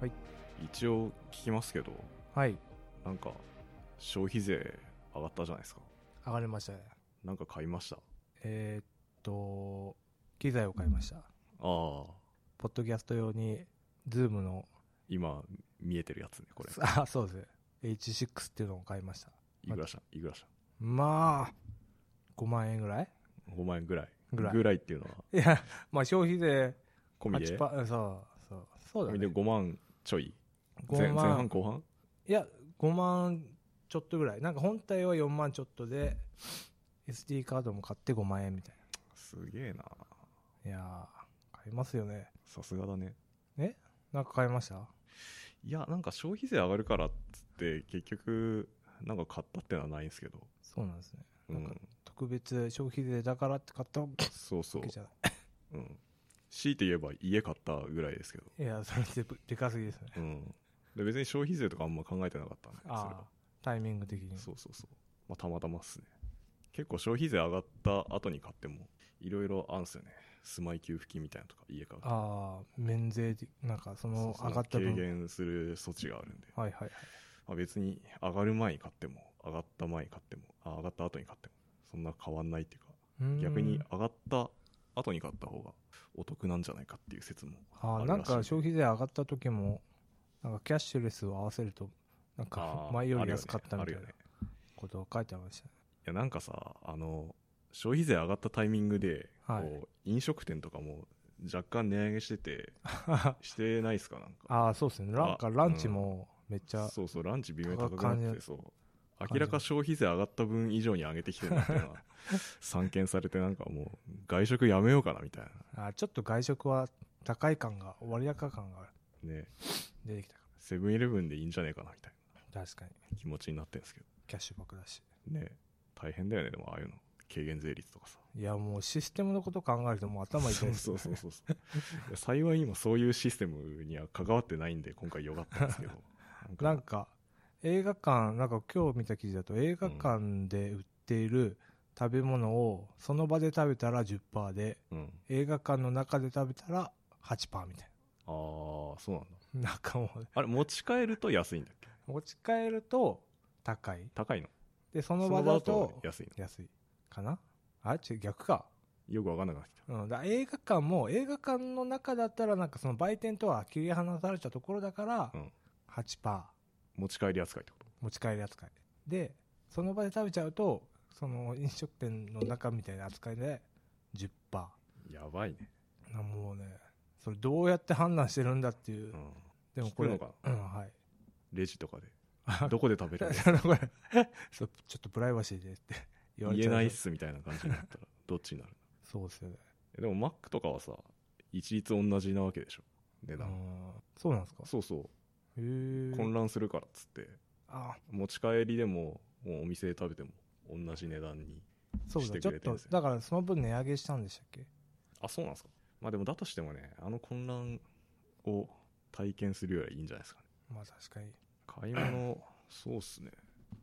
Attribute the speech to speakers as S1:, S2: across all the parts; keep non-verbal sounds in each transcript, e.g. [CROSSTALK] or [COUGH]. S1: はい
S2: 一応聞きますけど
S1: はい
S2: なんか消費税上がったじゃないですか
S1: 上がりましたね
S2: なんか買いました
S1: えーっと機材を買いました、
S2: ああ
S1: ポッドキャスト用にズームの
S2: 今見えてるやつねこれ
S1: [LAUGHS] あそうですね H6 っていうのを買いました
S2: いくらしたいくらし
S1: まあ5万円ぐらい [LAUGHS]
S2: た5万円ぐらい
S1: ぐらい
S2: っていうのはい
S1: やまあ消費税
S2: 込みで
S1: 8パーそうそうそう
S2: 込
S1: だ
S2: み
S1: ね
S2: で5万ちょい前
S1: 5
S2: 前半
S1: 万
S2: 後半
S1: いや5万ちょっとぐらいなんか本体は4万ちょっとで SD カードも買って5万円みたい
S2: すげえな
S1: ないやー買いますよね
S2: さすがだね
S1: なんか買いました
S2: いやなんか消費税上がるからっつって結局なんか買ったってのはないんですけど
S1: そうなんですね
S2: う
S1: なんか
S2: ん
S1: 特別消費税だからって買ったわ
S2: そうそう
S1: けじゃな
S2: うん強いて言えば家買ったぐらいですけど
S1: いいやそれででかすぎですね
S2: うんで別に消費税とかあんま考えてなかったんでそれ
S1: あ
S2: は
S1: あタイミング的に
S2: そうそうそう、まあ、たまたまっすね結構消費税上がった後に買ってもいろいろあるんすよね住まい給付金みたいなのとか家買うとか
S1: ああ免税的なんかそ
S2: そう
S1: の
S2: そう
S1: 上がった分
S2: 軽減する措置があるんで、
S1: はいはいはい
S2: まあ、別に上がる前に買っても上がった前に買ってもあ上がった後に買ってもそんな変わんないっていうか
S1: うーん
S2: 逆に上がった後に買った方がお得なんじゃないかっていう説も
S1: あ
S2: あ
S1: あ
S2: る
S1: な
S2: らしい
S1: んか消費税上がった時もなんかキャッシュレスを合わせるとなんか
S2: あー
S1: 前よ
S2: あ
S1: り
S2: るよね
S1: 安かったみたいな
S2: あるよね
S1: ことを書いてありましたね
S2: いやなんかさあの消費税上がったタイミングで、
S1: はい
S2: こう飲食店とかも若干値上げしててしてないですかなんか
S1: [LAUGHS] ああそうですねなんか
S2: あ
S1: ランチもめっちゃ、
S2: そうそうランチ微妙に
S1: 高
S2: 高
S1: く
S2: くな
S1: 感
S2: っ
S1: じ
S2: て
S1: る
S2: そう
S1: 感じ
S2: 明らか消費税上がった分以上に上げてきてるみたい
S1: [LAUGHS]
S2: な散見されてなんかもう外食やめようかなみたい
S1: あーちょっと外食は高い感が割高感が
S2: なね
S1: 出てきたか
S2: セブンイレブンでいいんじゃねえかなみたい
S1: ら確かに
S2: な気持ちになってるんですけ
S1: キャッシュバックだし
S2: どね大変だよねでもああいうの軽減税率とかさ
S1: いやもうシステムのこと考えるともう頭痛いです
S2: そうそうそうそういや幸い今そういうシステムには関わってないんで今回よかったんですけど
S1: [LAUGHS] なんか映画館なんか今日見た記事だと映画館で売っている食べ物をその場で食べたら10%で
S2: うん
S1: 映画館の中で食べたら8%みたい
S2: ああそうなんだ
S1: ななんかもう
S2: あれ持ち帰ると安いんだっけ
S1: 持ち帰ると高い
S2: 高いの
S1: でそ
S2: そ
S1: の場だ
S2: の場
S1: と
S2: 安い
S1: 安いかなあ違う逆か,、
S2: のよくわかんなくなってきた
S1: うん、だから映画館も映画館の中だったらなんかその売店とは切り離されたところだから
S2: うん
S1: 8%
S2: 持ち帰り扱いってこと
S1: 持ち帰り扱いでその場で食べちゃうとその飲食店の中みたいな扱いで10%
S2: やばいね。
S1: なもうねそれどうやって判断してるんだっていう、
S2: うん。
S1: でもこれ
S2: 聞くのか
S1: うんはい [LAUGHS]
S2: レジとかで。 [LAUGHS] どこで食べる
S1: そのこれそうちょっとプライバシーでって言われち
S2: 言
S1: ゃ
S2: え
S1: う
S2: ないっすみたいな感じになったら、どっちになる
S1: そうですよね
S2: でもマックとかはさ、一律同じなわけでしょ。値
S1: う
S2: 段。
S1: んそうなんですか
S2: そうそ
S1: へ
S2: う。
S1: え
S2: 混乱するからっつって、
S1: あ
S2: 持ち帰りでも、もうお店で食べても、同じ値段に。
S1: そう
S2: し
S1: だ
S2: て
S1: ちょっ
S2: くれてるん
S1: と
S2: ですよ
S1: だからその分値上げしたんでしたっけ
S2: あ、そうなんですか。まあでもだとしてもね、あの混乱を体験するよりはいいんじゃないですかね。
S1: まあ確かに
S2: 買い物、そうっすね。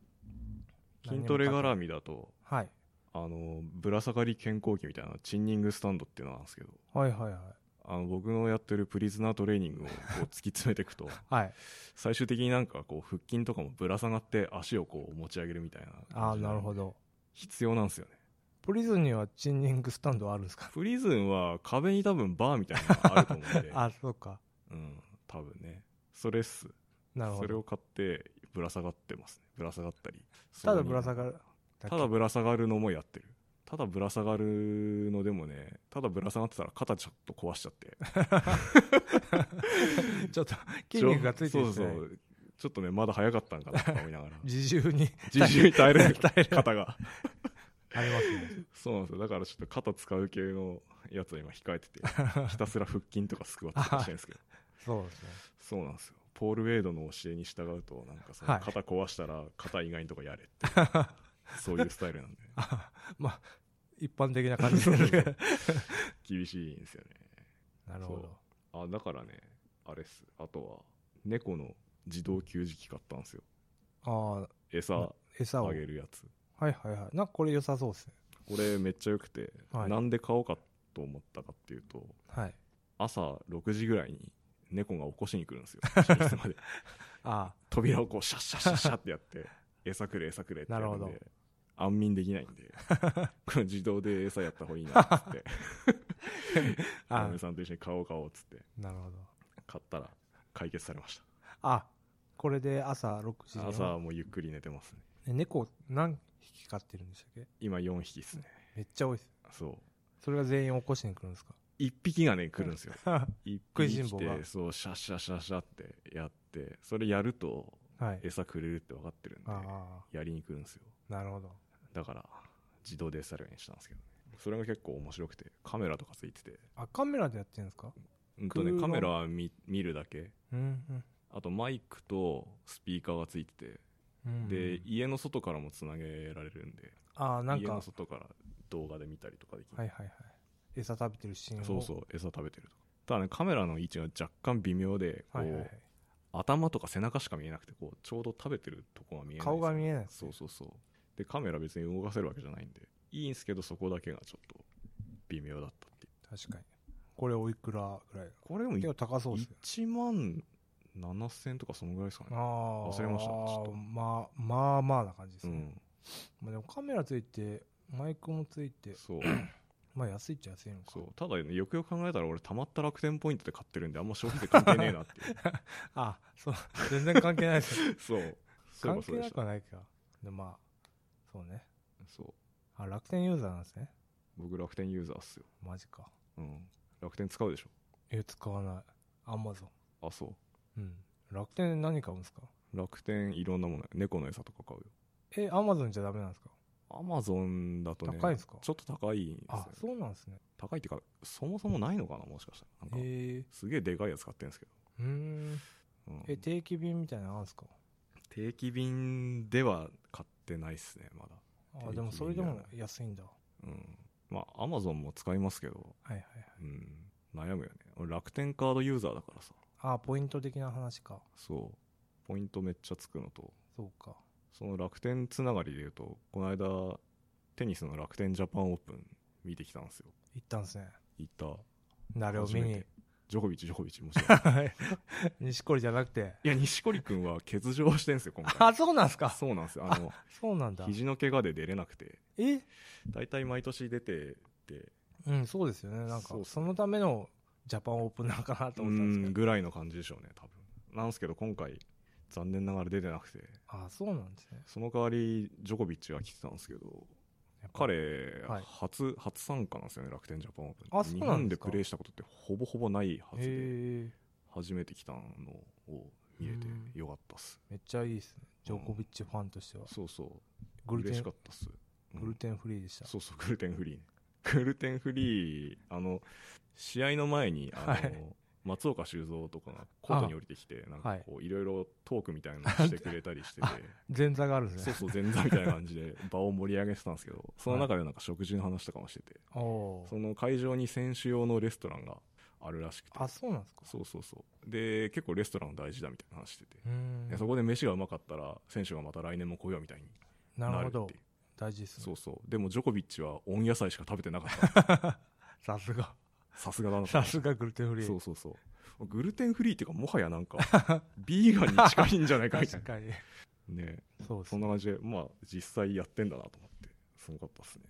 S1: 何に
S2: [COUGHS] 筋
S1: も
S2: トレ絡
S1: 勝
S2: みだと、
S1: てない
S2: あの、ぶら下がり健康器みたいな、チンニングスタンドっていうのなんですけど、
S1: はいはいはい
S2: あの僕のやってるプリズナートレーニングをこう突き詰めていく [LAUGHS] と
S1: はいはい
S2: 最終的になんかこう腹筋とかもぶら下がって足をこう持ち上げるみたいな
S1: ああなるほ
S2: ど
S1: ど
S2: 必要なんですよね
S1: プリズンにはチンニングスタンドはあるんですか
S2: プリズンは壁に多分バーみたいなのがあると思うんで
S1: [LAUGHS] あそうか
S2: うん多分ねそれっす
S1: なるほ
S2: それ
S1: ど
S2: を買ってぶら下がってますねぶら下がったり
S1: ただぶら
S2: が
S1: 下がる
S2: ただぶら下がるのもやってるただぶら下がるのでもねただぶら下がってたら肩ちょっと壊しちゃって
S1: [LAUGHS] ちょっと [LAUGHS] 筋肉がついてる
S2: そ
S1: ん
S2: う
S1: ですね
S2: そうちょっとねまだ早かったんかなとか思いなが
S1: [LAUGHS]
S2: ら
S1: 自重に
S2: 自重に耐えれない
S1: [LAUGHS] 耐えれない
S2: 肩が
S1: ありますね
S2: そうなんですよだからちょっと肩使う系のやつを今控えててひたすら腹筋とかスクワットとかしてるんですけど
S1: そうですね
S2: [LAUGHS] そうなんですよポール・ウェイドの教えに従うとなんかそ
S1: は
S2: の
S1: い
S2: 肩壊したら肩以外のとこやれってそういうスタイルなんで [LAUGHS]
S1: あ [LAUGHS] まあ一般的な感じですね
S2: 厳しいんですよね
S1: なるほど
S2: あだからねあれっすあとは猫の自動給餌器買ったんですよ
S1: ああ
S2: 餌
S1: 餌を
S2: あ
S1: は
S2: げ
S1: い
S2: るやつ
S1: はいはいなんかこれ良さそうですね
S2: これめっちゃ良くて、
S1: はい
S2: なんで買おうかと思ったかっていうと
S1: はい
S2: 朝6時ぐらいに猫が起こしに来るんですよ。寝室まで。
S1: あ
S2: 扉をこう、シャッシャッシャッシャッってやって、 [LAUGHS] 餌くれ、餌くれってやるん
S1: なるほ
S2: で、安眠できないん
S1: [LAUGHS]
S2: で、これ自動で餌やった方がいいなっつって、
S1: あ、あ
S2: 嫁さんと一緒に買おう買おうっつって、
S1: なるほど。
S2: 買ったら解決されまし
S1: あ、これで朝6時
S2: た。朝はもうゆっくり寝てますね。
S1: え猫何匹飼ってるんでしたっけ
S2: 今4匹ですね。
S1: めっちゃ多いです。
S2: そう。
S1: それが全員起こしに来るんですか
S2: 一匹がね、来るんですよ。 [LAUGHS] 一
S1: 食い
S2: 匹
S1: しん
S2: 来
S1: 坊が
S2: て、そう、シャッシャッシャッシャッってやって、それやると、
S1: はい。
S2: 餌くれるって分かってるんで、
S1: あ
S2: やりに来るんですよ。
S1: あ、なるほど。
S2: だから、自動で餌やるようにしたんですけどね。それが結構面白くて、カメラとかついてて、
S1: あ、カメラでやってるんですか
S2: うんと
S1: 空
S2: ね、
S1: 論
S2: カメラは見見るだけ。
S1: うん、
S2: あとマイクとスピーカーがついてて、
S1: うん。うん
S2: で、家の外からもつなげられるんで、
S1: ああ、なん
S2: 家
S1: か、
S2: の
S1: はい
S2: 外から動画で見たりとかできる。
S1: はいはい。餌食べてるシーンを。。
S2: そうそうう、餌食べてるとか。ただね、カメラの位置が若干微妙で、こう、
S1: はいはいはい。
S2: 頭とか背中しか見えなくてこうちょうど食べてるとこが見えない
S1: 顔が見えない
S2: んですよそうそうそうでカメラ別に動かせるわけじゃないんでいいんですけどそこだけがちょっと微妙だったっていう
S1: 確かに。これおいくらぐらいだ
S2: これでも
S1: 結構高そうですよ。
S2: 1万7000とかそのぐらいですか
S1: あ
S2: ね
S1: あ。
S2: 忘れましたちょっと
S1: まあ、まあまあな感じです
S2: う
S1: ね。
S2: ん
S1: まあでもカメラついて、マイクもついて、
S2: そう
S1: まあ安いっちゃ安いのか。
S2: そうただねよくよく考えたら俺たまった楽天ポイントで買ってるんであんま消費税関係ねえなっていう
S1: あ、そう、全然関係ないです。 [LAUGHS]
S2: そう [LAUGHS] そう
S1: 関
S2: いえばそ
S1: 係
S2: うで
S1: な
S2: し
S1: くは
S2: た
S1: ないか。で、まあ、そうね。
S2: そう
S1: あ、楽天ユーザーなんですね。
S2: 僕楽天ユーザーっすよ、
S1: マジか。
S2: うん、楽天使うでしょ
S1: え、使わない。アマゾン。
S2: あそ
S1: うん。楽天で何買うんですか
S2: う楽天いろんなもの猫の餌とか買うよ
S1: え、アマゾンじゃダメなんですか
S2: アマゾンだとね
S1: 高いんですか
S2: ちょっと高いんですよね
S1: あ、そうなんですね。
S2: 高いっていうかそもそもないのかなもしかしたらなんか、
S1: え
S2: すげえでかいやつ買ってるんですけ
S1: ー、うーん。
S2: ど、うん
S1: え、定期便みたいなのあるんですか
S2: 定期便では買ってないっすねまだ
S1: あ、でもそれでも安いんだ。は
S2: うんまあアマゾンも使いますけど、
S1: いはいはい。
S2: うん、悩むよね俺楽天カードユーザーだからさ
S1: あ、ポイント的な話か。
S2: そうポイントめっちゃつくのと
S1: そうか。
S2: その楽天つながりでいうとこの間テニスの楽天ジャパンオープン見てきたんですよ
S1: 行ったんですね。
S2: 行った
S1: あれを見
S2: 初め
S1: に
S2: て。ジョコビッチジョコビッチもち
S1: [LAUGHS]
S2: ろん
S1: 西堀じゃなくて。
S2: いや錦織君は欠場してんすよ今回
S1: あ、そうなんですか
S2: そうなんですよ。あの、
S1: そうなんだ。
S2: 肘の怪我で出れなくて、
S1: え
S2: 大体毎年出てて、
S1: うん、そうですよね。なんか
S2: そう、
S1: そのためのジャパンオープンなのかなと
S2: う
S1: 思ったんですけ
S2: ん、
S1: ど。
S2: ぐらいの感じでしょうね、多分。なんですけど、今回、残念ながら出てなくて、
S1: あ、そうなんですね。
S2: その代わり、ジョコビッチが来てたんですけど、彼、
S1: はい
S2: 初、初参加なんですよね、楽天ジャパンオープン。
S1: あそうなんですか
S2: 日本でプレーしたことってほぼほぼないはずで、
S1: へえ。
S2: 初めて来たのを見れて
S1: うん
S2: よかったっす。
S1: めっちゃいいですね。ジョコビッチファンとしては。
S2: そうそう、
S1: グルテ
S2: 嬉
S1: ン、
S2: しか
S1: グ
S2: ったっす。うん
S1: ルテンフリーでした。
S2: そうそう、グルテンフリーね。 [LAUGHS] グルテンフリー、あの、試合の前に、あの、
S1: はい
S2: 松岡修造とかがコートに降りてきて、なんかこう、いろいろトークみたいなのしてくれたりしてて、
S1: 前座があるんです
S2: そう
S1: ね。
S2: そう、前座みたいな感じで場を盛り上げてたんですけど、その中でなんか食事の話とかもしてて、
S1: おお
S2: そ。の会場に選手用のレストランがあるらしくて、
S1: あ、そうなんですか
S2: そうそうそう。で、結構レストラン大事だみたいな話してて、
S1: うーん
S2: いやそこで飯がうまかったら、選手がまた来年も来ようみたいに
S1: な
S2: な
S1: る
S2: る
S1: ほ
S2: っていう
S1: ど。。大事です
S2: そ
S1: ね
S2: う。そう。でも、ジョコビッチは温野菜しか食べてなかった。
S1: [LAUGHS] さすが。
S2: さすがだなと
S1: さすがグルテンフリー。
S2: そうそうそうグルテンフリーっていうかもはやな
S1: [LAUGHS]
S2: んかビーガンに近いんじゃないかみたい
S1: 確かに。
S2: なね
S1: そうです
S2: そん
S1: ね。
S2: な感じでまあ実際やってんだなと思ってすごかったですね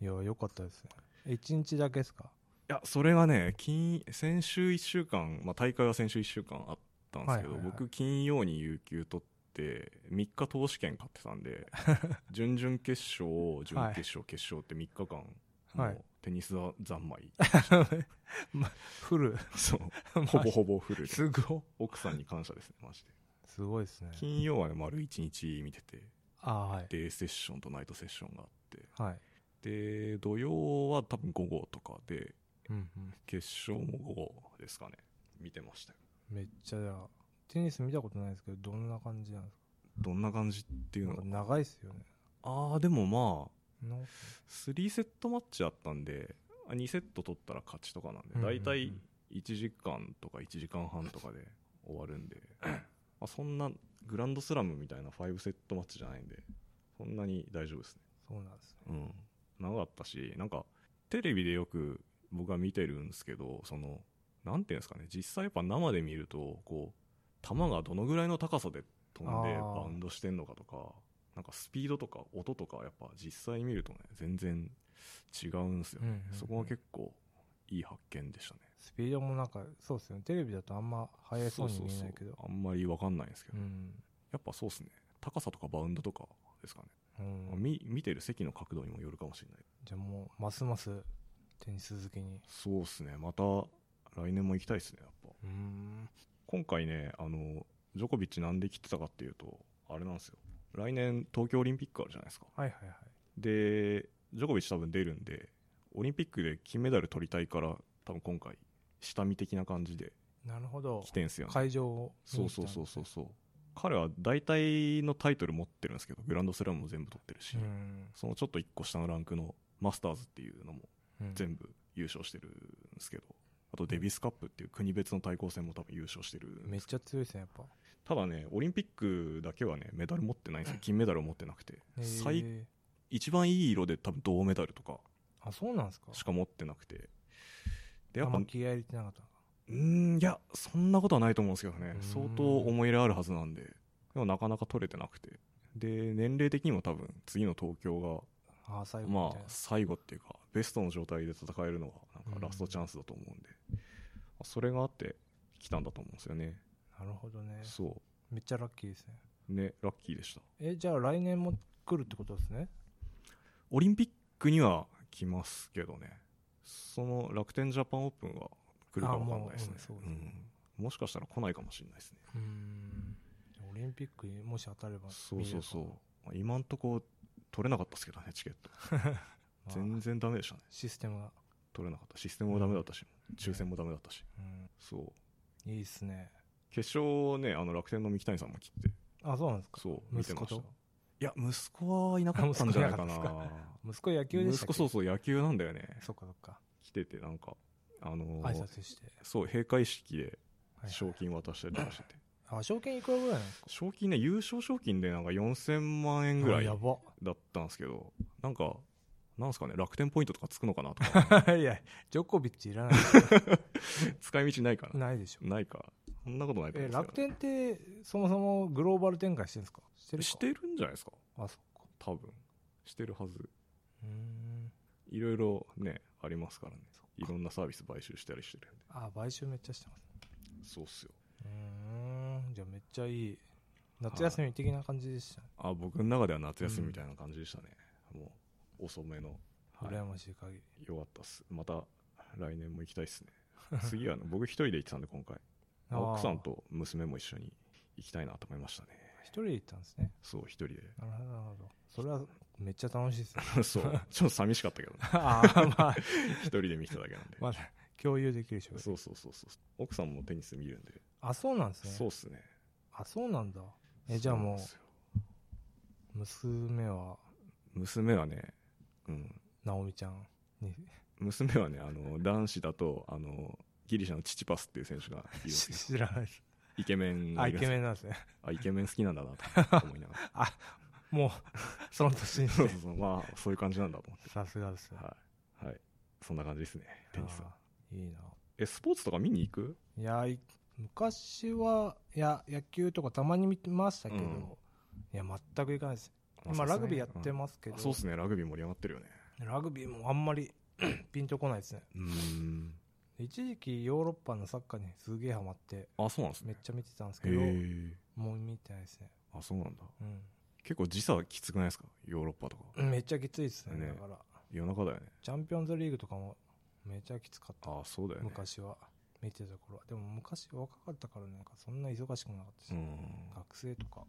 S1: いや、良かったですね。え一日だけです
S2: [LAUGHS]
S1: か
S2: いやそれがね金先週1週間、まあ、大会は先週1週間あったんですけど、
S1: はいはいはい
S2: 僕金曜に有給取って3日投資券買ってたん
S1: [LAUGHS]
S2: で準々決勝準決勝、決勝って3日間
S1: はい
S2: もうテニス
S1: [LAUGHS]
S2: 三昧
S1: フル。
S2: そうほぼほぼフルです
S1: ごい。
S2: 奥さんに感謝ですねマジで
S1: すごいですね。
S2: 金曜はね丸1日見てて
S1: あはい。
S2: デイセッションとナイトセッションがあって
S1: はい。
S2: で土曜は多分午後とかで
S1: うんうん。
S2: 決勝も午後ですかね見てましたよ
S1: めっちゃじゃあテニス見たことないですけどどんな感じなんです
S2: どんな感じっていう
S1: かな
S2: の
S1: ん
S2: が
S1: か長いっすよね
S2: ああでもま
S1: の
S2: あ3セットマッチあったんで2セット取ったら勝ちとかなんで
S1: うんうんうん
S2: 大体1時間とか1時間半とかで終わるんでまあそんなグランドスラムみたいな5セットマッチじゃないんでそんなに大丈夫ですね
S1: そうなんですね
S2: うん、長かったしなんかテレビでよく僕は見てるんですけどそのなんていうんですかね実際やっぱ生で見るとこう球がどのぐらいの高さで飛んで
S1: あー
S2: バウンドしてんのかとかなんかスピードとか音とかやっぱ実際に見るとね全然違うんですよ、
S1: うんうんうん
S2: そこが結構いい発見でしたね
S1: スピードもなんか、そうですよね。テレビだとあんま速そうに見えないけど。
S2: あんまり分かんないんですけど、
S1: うん。
S2: やっぱそうですね高さとかバウンドとかですかね、
S1: うん
S2: み見てる席の角度にもよるかもしれない
S1: じゃあもう、ますますテニス好きに。
S2: そうですねまた来年も行きたいですねやっぱ
S1: うーん。
S2: 今回ねあのジョコビッチなんで来てたかっていうとあれなんですよ来年東京オリンピックあるじゃないですか
S1: はいはいはい。
S2: でジョコビッチ多分出るんでオリンピックで金メダル取りたいから多分今回下見的な感じで
S1: なるほど
S2: 来。てんすよね
S1: 会場を見
S2: そう
S1: に来た
S2: そ
S1: ん
S2: う
S1: です
S2: そ
S1: ね
S2: うそうそう彼は大体のタイトル持ってるんですけどグランドスラムも全部取ってるし、
S1: うん。
S2: そのちょっと1個下のランクのマスターズっていうのも
S1: うん
S2: 全部優勝してるんですけどあとデビスカップっていう国別の対抗戦も多分優勝してるんですけど
S1: めっちゃ強いですね、やっぱ。
S2: ただねオリンピックだけはねメダル持ってないんですよ金メダルを持ってなくて
S1: へー
S2: 最一番いい色で多分銅メダルとか
S1: あ、そうなんですか
S2: しか持ってなくてで
S1: あ
S2: やっ
S1: ん
S2: ぱ
S1: ま
S2: う
S1: 気合い入れてなかったのか
S2: ーんいやそんなことはないと思うんですけどね
S1: うん
S2: 相当思い入れあるはずなんででもなかなか取れてなくてで年齢的にも多分次の東京
S1: あ最
S2: が
S1: 後み
S2: まあ
S1: たいな。
S2: 最後っていうかベストの状態で戦えるのがなんかラストチャンスだと思うんでそれがあって来たんだと思うんですよね
S1: なるほどね。
S2: そ
S1: めっちゃラッキーですね。
S2: うねラッキーでした
S1: え、じゃあ来年も来るってことですね。
S2: オリンピックには来ますけどね、その楽天ジャパンオープンは来るか分かんないですね
S1: あもううんそう。
S2: う
S1: です
S2: んもしかしたら来ないかもしれないですね。
S1: うーん。オリンピックにもし当たれば
S2: そうそうそう。まあ今んとこ取れなかったですけどね、チケット。
S1: 見れるかなま
S2: 全
S1: あ
S2: 然ダメでしたね。
S1: システムが。
S2: 取れなかった。システムもダメだったし、抽選もダメだったし。
S1: うん。
S2: そう。
S1: いいっすね。
S2: 決勝ね、あの楽天の三木谷さんも来て、
S1: あ、そうなんですか。
S2: そう、見てました。
S1: 息子
S2: い
S1: と
S2: や、息子はいなかったんじゃないかな
S1: 息子いな。
S2: [LAUGHS]
S1: 息子野球でした
S2: 息
S1: っけ
S2: 子、そうそう、野球なんだよね。
S1: そっかそっか。
S2: 来てて、なんか、あの
S1: 挨
S2: ー
S1: 拶して。
S2: そう、閉会式で
S1: はい
S2: 賞金渡したりとかしてて。
S1: あ、賞金いくらぐらいなんですか
S2: 賞金ね、優勝賞金でなんか4000万円ぐら
S1: あ
S2: い
S1: やば。
S2: だったんですけど、なんか、なんすかね、楽天ポイントとかつくのか [LAUGHS] なとか、
S1: いや、ジョコビッチいらない。
S2: 使い道ないかな。
S1: [LAUGHS] ないでしょ。
S2: ないか。そんなことないと
S1: え
S2: 思う、んです
S1: 楽
S2: けどね
S1: 天って、そもそもグローバル展開してるんですかしてるか
S2: してるんじゃないですか
S1: あ、そっか。
S2: 多分。してるはず。
S1: うーん。
S2: いろいろね、ありますからね。いろんなサービス買収したりしてるんで。
S1: あ、買収めっちゃしてます。
S2: そうっすよ。
S1: うーん。じゃあめっちゃいい。夏休み的な感じでしたね。
S2: あ、僕の中では夏休みみたいな感じでしたね。もう、遅めの。はい
S1: 羨ましい限り。
S2: よかったっす。また、来年も行きたいっすね。 [LAUGHS] 次はね、僕一人で行ってたんで、今回。
S1: [LAUGHS] あー
S2: 奥さん。と娘も一緒に行きたいなと思いましたね
S1: 一人で行ったんですね。
S2: そう一
S1: [LAUGHS] な
S2: 人
S1: るほど、なるほど。それはめっちゃ楽しいです
S2: [LAUGHS]
S1: ね。
S2: でそうちょっと寂しかったけどね
S1: あーまあ、
S2: 一人で見てただけなんで、
S1: [LAUGHS] まだ共有できるでしょ。
S2: そうそうそうそう奥さんもテニス見るんで、
S1: あ、そうなんですね。
S2: そうっすね
S1: あ、そうなんだ。え、じゃあも
S2: そうなんですよ
S1: う、娘は、
S2: 娘はねうん
S1: なおみちゃんに。
S2: 娘はねあの男子だとあのギリシャのチチパスっていう選手がいるんです
S1: [LAUGHS] [LAUGHS] 知
S2: けど
S1: らないです。
S2: イケメンが
S1: あ、
S2: い
S1: イ
S2: るん
S1: ケ
S2: です
S1: メ
S2: よ
S1: ンなんですね。 [LAUGHS]
S2: あイケメン好きなんだなと思いながら
S1: もう、 [LAUGHS] その年に。
S2: そうそうそうまあそういう感じなんだと思
S1: [LAUGHS] さすがですね
S2: っ。てはい、はい、そんな感じですねテニスは
S1: あーいいな。
S2: えスポーツとか見に行く
S1: いや、い昔は、いや、野球とかたまに見ましたけど、
S2: うん
S1: いや、全く行かないです。今、ラグビーやってますけど、
S2: そうですね、ラグビー盛り上がってるよね。
S1: ラグビーもあんまり [CLEARS THROAT] ピンとこないですね。
S2: うん。
S1: 一時期ヨーロッパのサッカーにすげえハマって、
S2: あ、そうなんです
S1: め
S2: ね
S1: っ。ちゃ見てたんですけ
S2: へ
S1: ど、
S2: え。
S1: もう見てないですね。
S2: あ、そうなんだ。
S1: うん。
S2: 結構時差きつくないですかヨーロッパとか。
S1: めっちゃきついですね
S2: ね
S1: だから
S2: 夜中だよね。
S1: チャンピオンズリーグとかもめちゃきつかった、
S2: あ、そうだよね。
S1: 昔は見てた頃はでも昔若かったからねなんかそんな忙しくもなかったし、
S2: うん。
S1: 学生とか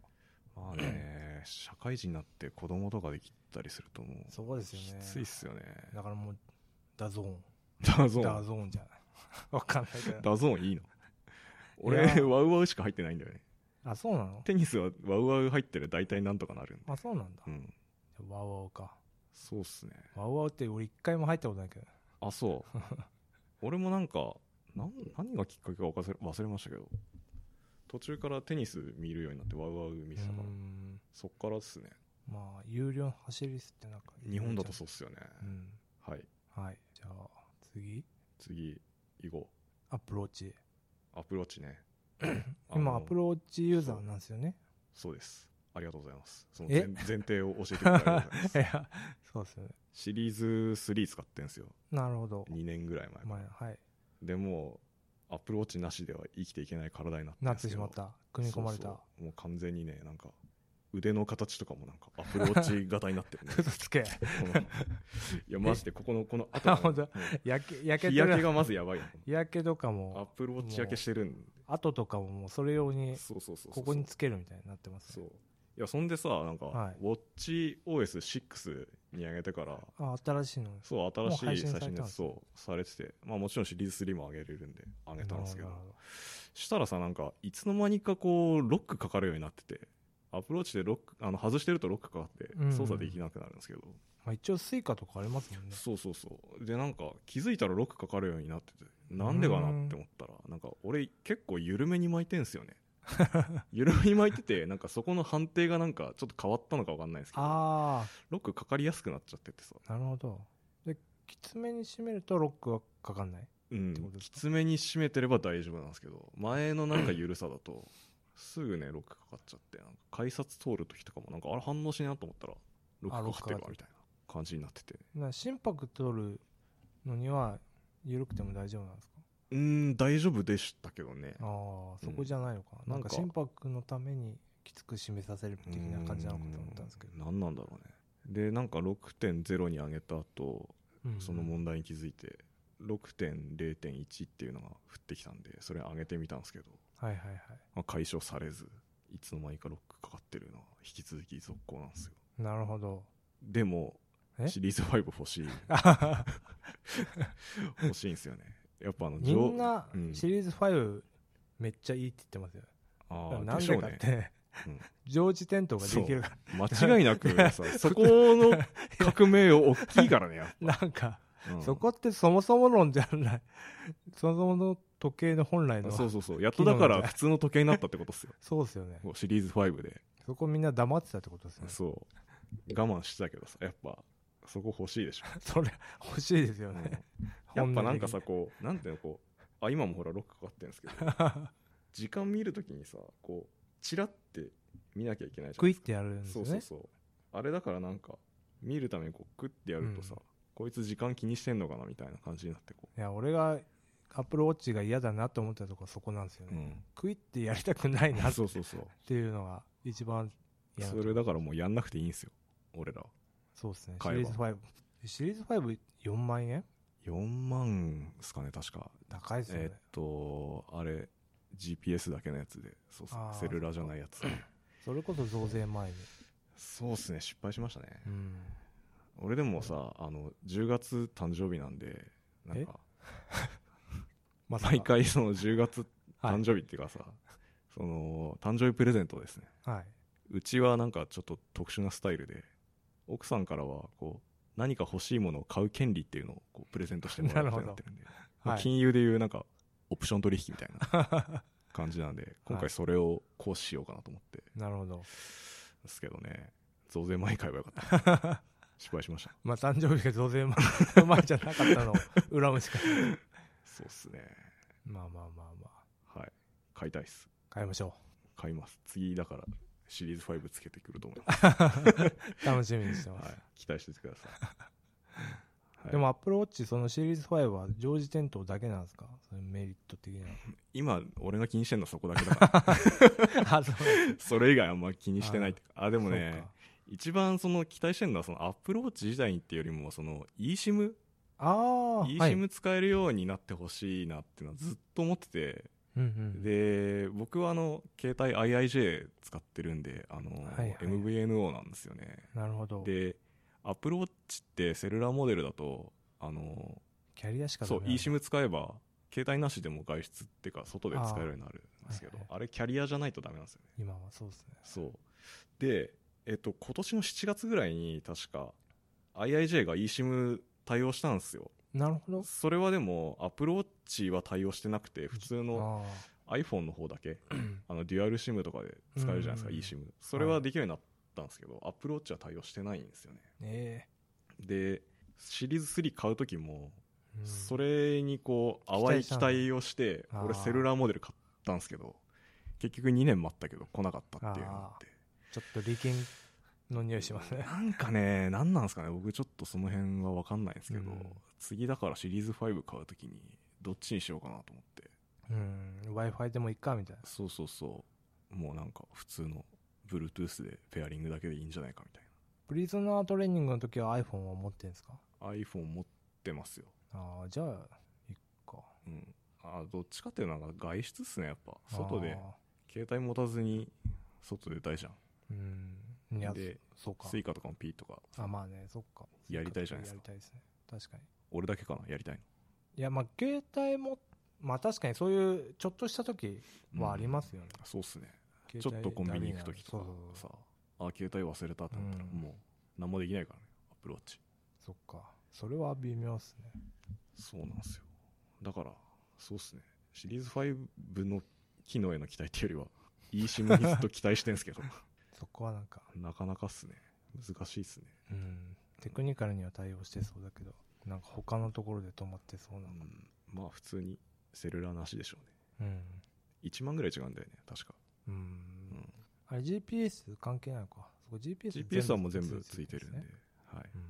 S2: まあね、社会人になって子供とかできたりするともう、
S1: そうですよ
S2: き
S1: ね
S2: ついっすよね。
S1: だからもうダゾーン
S2: ダゾー
S1: ダ
S2: ン。
S1: ゾーンじゃない [LAUGHS] わかんないけど
S2: ダゾーンいいの
S1: い
S2: 俺、
S1: や
S2: ワウワウしか入ってないんだよね。
S1: あそうなの
S2: テニスはワウワウ入ってる大体なんとかなるんで
S1: あそうなんだ、
S2: うん。
S1: ワウワウか
S2: そうっすね。
S1: ワウワウって俺一回も入ったことないけど
S2: あ、そう。 [LAUGHS] 俺もなんか、なん何がきっかけか忘れ忘れましたけど、途中からテニス見るようになって、ワウワウ見てたから
S1: うー、ん
S2: そっからですね。
S1: まあ有料走りすってなんか
S2: 日本だとそうっすよね。
S1: うん
S2: はい。
S1: はいじゃあ次
S2: 次、行こ
S1: アップローチ。
S2: アプローチ
S1: [COUGHS]
S2: ね
S1: 今、ア
S2: あ
S1: ッ
S2: の
S1: プローチユーザーなんですよね。
S2: そうですありがとうございますその
S1: え
S2: 前前提を教えてくれてありがとうござい
S1: [LAUGHS]
S2: ま
S1: い
S2: す
S1: や、そうですよね。
S2: シリーズ3使ってんすよ
S1: なるほど。
S2: 2年ぐらい前
S1: 前、はい。
S2: でもうアップローチなしでは生きていけない体になってん
S1: なっ
S2: で
S1: て
S2: すけ
S1: し
S2: ど
S1: まった。組み込まれ
S2: そう
S1: た。
S2: そうもう完全にねなんか腕の形とかもなんかアプローチ型になってる
S1: [LAUGHS]
S2: ね
S1: 嘘つ
S2: [LAUGHS]
S1: け。
S2: このいやマジでここのこの後
S1: あほんと
S2: も
S1: 焼け、焼け
S2: う
S1: て
S2: 日焼けが
S1: る。
S2: まずやばいよ
S1: 日焼けとか
S2: アッ
S1: も、
S2: プローチ焼けしてるん
S1: 跡とかももうそれ用に、
S2: そうそうそうそう
S1: ここにつけるみたいになってます
S2: そう
S1: ね。
S2: いやそんでさなんか、
S1: はい
S2: ウォッチ OS6 に上げてから
S1: あ、新しいの。
S2: そう
S1: もう
S2: 新
S1: 配
S2: しい
S1: 信さ
S2: 最
S1: れたん
S2: 新の
S1: で
S2: やつ
S1: す
S2: そうされててまあもちろんシリーズ3も上げれるんで上げたんですけど
S1: なるほ
S2: したらさなんかいつの間にかこうロックかかるようになっててアプローチでロックあの外してるとロックかかって
S1: うんうん
S2: 操作できなくなるんですけど、
S1: まあ一応、スイカとかありますもんね。
S2: そうそうそうでなんか気づいたらロックかかるようになっててなんでかなって思ったらなんか俺結構緩めに巻いてんす
S1: [LAUGHS]
S2: よね緩めに巻いててなんかそこの判定がなんかちょっと変わったのか分かんないですけど
S1: あ
S2: ロックかかりやすくなっちゃっててさ、
S1: あ、なるほど。で、きつめに締めるとロックはかかんない。
S2: うん
S1: てこと、です
S2: き
S1: か
S2: つめに締めてれば大丈夫なんですけど前のなんか緩さだ
S1: [CLEARS THROAT]
S2: とすぐねロックかかっちゃってなんか改札通る時とかもなんかあれ反応しねえなと思ったらロックかかってるわ
S1: あロッ
S2: みたいな感じになってて
S1: な心拍取るのには緩くても大丈夫なんですか
S2: うーん大丈夫でしたけどね
S1: ああそこじゃないのか、
S2: うん
S1: なんか
S2: なん
S1: 心拍のためにきつく締めさせる的な感じなのかと思ったんですけど、
S2: うー何なんだろうねでなんか6.0に上げた後
S1: うん
S2: その問題に気づいて6.0.1っていうのが降ってきたんでそれ上げてみたんですけど、
S1: はいはいはい
S2: まあ、解消されずいつの間にかロックかかってるのは引き続き続行なんですよ
S1: なるほ
S2: [LAUGHS]
S1: ど
S2: でも
S1: え
S2: シリーズ5
S1: [LAUGHS]
S2: 欲しい欲しいんですよねやっぱあの
S1: みんな
S2: 上うん
S1: シリーズ5めっちゃいいって言ってますよ、
S2: あー
S1: な
S2: で
S1: ん
S2: しょ
S1: で
S2: う
S1: かっ
S2: ね
S1: て、
S2: うん
S1: 常時点灯ができるか
S2: 間違いなく
S1: [LAUGHS]
S2: さそこの革命を大きいからね
S1: [LAUGHS]
S2: やっ
S1: らなんか、
S2: ぱうん
S1: そこってそもそも論じゃないそもそもの時計の本来の
S2: そうそうそうやっとだから普通の時計になったってことっす
S1: [LAUGHS]
S2: よ
S1: そうですよね
S2: もうシリーズ5で
S1: そこみんな黙ってたってことですよね
S2: そう我慢してたけどさやっぱそこ欲しいでしょ、
S1: それ欲しいですよ [LAUGHS]
S2: うん
S1: ね、
S2: やっ
S1: 本
S2: ぱ
S1: 能
S2: なん
S1: 的
S2: か
S1: に
S2: さこうなんていうのこうあ今もほらロックかかってるんですけど時間見るときにさこうチラって見なきゃいけないじゃな
S1: ク
S2: い
S1: イっ
S2: ですか
S1: てやるんです
S2: そ
S1: よ
S2: う
S1: ね
S2: そうそうあれだからなんか見るためにこうクッてやるとさ、
S1: う
S2: こいつ時間気にしてんのかなみたいな感じになってこ
S1: いや俺がアップルウォッチが嫌だなと思ったとこそこなんですよ
S2: う、
S1: ね、クイってやりたくないなっ
S2: そうそうそう
S1: ていうのが一番嫌な
S2: それだからもうやんなくていいんですよ俺ら
S1: そうですねシ
S2: 買え
S1: リー
S2: ば
S1: ズ5シリーズ54万円
S2: 4万ですかね確か
S1: 高いですよね
S2: えーっとあれ GPS だけのやつでそうそう
S1: あー
S2: セルラじゃないやつ
S1: それこそ増税前に
S2: そうっすね失敗しましたね、
S1: うん
S2: 俺でもさあの10月誕生日なんでなんか
S1: まさか
S2: 毎回その10月
S1: はい
S2: 誕生日っていうかさ、その誕生日プレゼントですね
S1: はいう
S2: ちはなんかちょっと特殊なスタイルで奥さんからはこう何か欲しいものを買う権利っていうのをこうプレゼントしてもらうことに [LAUGHS] なってるんでまあ
S1: はい
S2: 金融でいうなんかオプション取引みたいな感じなんで [LAUGHS] 今
S1: は
S2: 回
S1: い
S2: それを行使しようかなと思って
S1: [LAUGHS] なるほど
S2: ですけどね増税前買えばよかった [LAUGHS] 失敗しました
S1: まあ誕生日が増税前前じゃなかった
S2: [LAUGHS]
S1: のを恨むしかない
S2: そうっすね
S1: まあまあまあまあ
S2: はい買いたいっす
S1: 買いましょ
S2: 買います次だからシリーズ5つけてくると思い [LAUGHS] ます、
S1: う楽しみにしてます、
S2: はい、期待しててください、 [LAUGHS] はい
S1: でもアップルウォッチそのシリーズ5は常時点灯だけなんですかそれメリット的には
S2: 今俺が気にしてるのはそこだけだから [LAUGHS]
S1: あそう
S2: それ以外あんま気にしてないってあで
S1: で
S2: もね一番その期待してるのはそのアップローチ自体にっていうよりもその eSIM
S1: ああ、はい、
S2: eSIM 使えるようになってほしいなっていうのはずっと思ってて、
S1: うんうん、
S2: で僕はあの携帯 IIJ 使ってるんであの、
S1: はいはい
S2: MVNO なんですよね
S1: なるほど。
S2: でアップローチってセルラーモデルだとあの
S1: キャリアしか
S2: そう
S1: いい
S2: eSIM 使えば携帯なしでも外出っていうか外で使えるようになるんですけど
S1: あーはい
S2: あ,、れキャリアじゃないとダメなんですよね
S1: 今はそうですね。
S2: そうでえっと今年の7月ぐらいに確か IIJ が eSIM 対応したんですよ
S1: なるほど。
S2: それはでもアップローチは対応してなくて普通の
S1: あ
S2: iPhone の方だけ
S1: あ
S2: あのデュアル SIM とかで使えるじゃない
S1: うん
S2: ですか eSIM それはできるようになったんですけどアップローチは対応してないんですよね
S1: え
S2: でシリーズ3買う時も
S1: うん
S2: それにこう淡い期待をして
S1: あー
S2: 俺セルラーモデル買ったんですけど結局2年待ったけど来なかったっていうのがあって
S1: ちょっと利権の匂いしますね。
S2: なんかね何なんですかね僕ちょっとその辺は分かんないんですけど、
S1: うん
S2: 次だからシリーズ5買うときにどっちにし [LAUGHS] ようかなと思って
S1: うん、Wi-Fi でもいいかみたいな。
S2: そうそうそうもうなんか普通の Bluetooth でペアリングだけでいいんじゃないかみたい
S1: プリズナートレーニングの時は iPhone は持ってんですか
S2: な iPhone 持ってますよ
S1: ああ、じゃあ、いっか。
S2: うんあどっちかっていうのは外出っすねやっぱ外で
S1: あ
S2: 携帯持たずに外出たいじゃん
S1: ーうん。いや、
S2: で
S1: そそうか
S2: ス。イカとかもピーとか
S1: あ、まあね、そっか。
S2: やりたいじゃないですか
S1: やりたいですね。確かに。
S2: 俺だけかなやりたい
S1: いや、まあ、携帯も、まあ確かにそういう、ちょっとした時
S2: の
S1: はあり
S2: す
S1: ますよね。
S2: そうっすね
S1: 携
S2: ちょ
S1: 帯
S2: っとコンビニ行く時と
S1: ダ
S2: か
S1: メなのそうそうそう
S2: さあ携帯忘れたと思ったら
S1: うん
S2: もう何もできないからねアップローチ
S1: そっか。それは微妙っすね。
S2: そうなんですよだからそうっすねシリーズ5の機能への期待っていうよりは eSIM にずっと期待してんす [LAUGHS] けど
S1: そこはなんか、
S2: なかなかっすね難しいっすね
S1: うん。テクニカルには対応してそうだけど、なんか他のところで止まってそうな
S2: う
S1: の。
S2: んまあ普通にセルラーなしでしょうね
S1: うん。
S2: 1万ぐらい違うんだよね確か、
S1: う。
S2: うんん、
S1: あれ GPS 関係ないのか。そこ GPS,
S2: GPS はもう全部ついてるんで
S1: ね
S2: はい
S1: うん。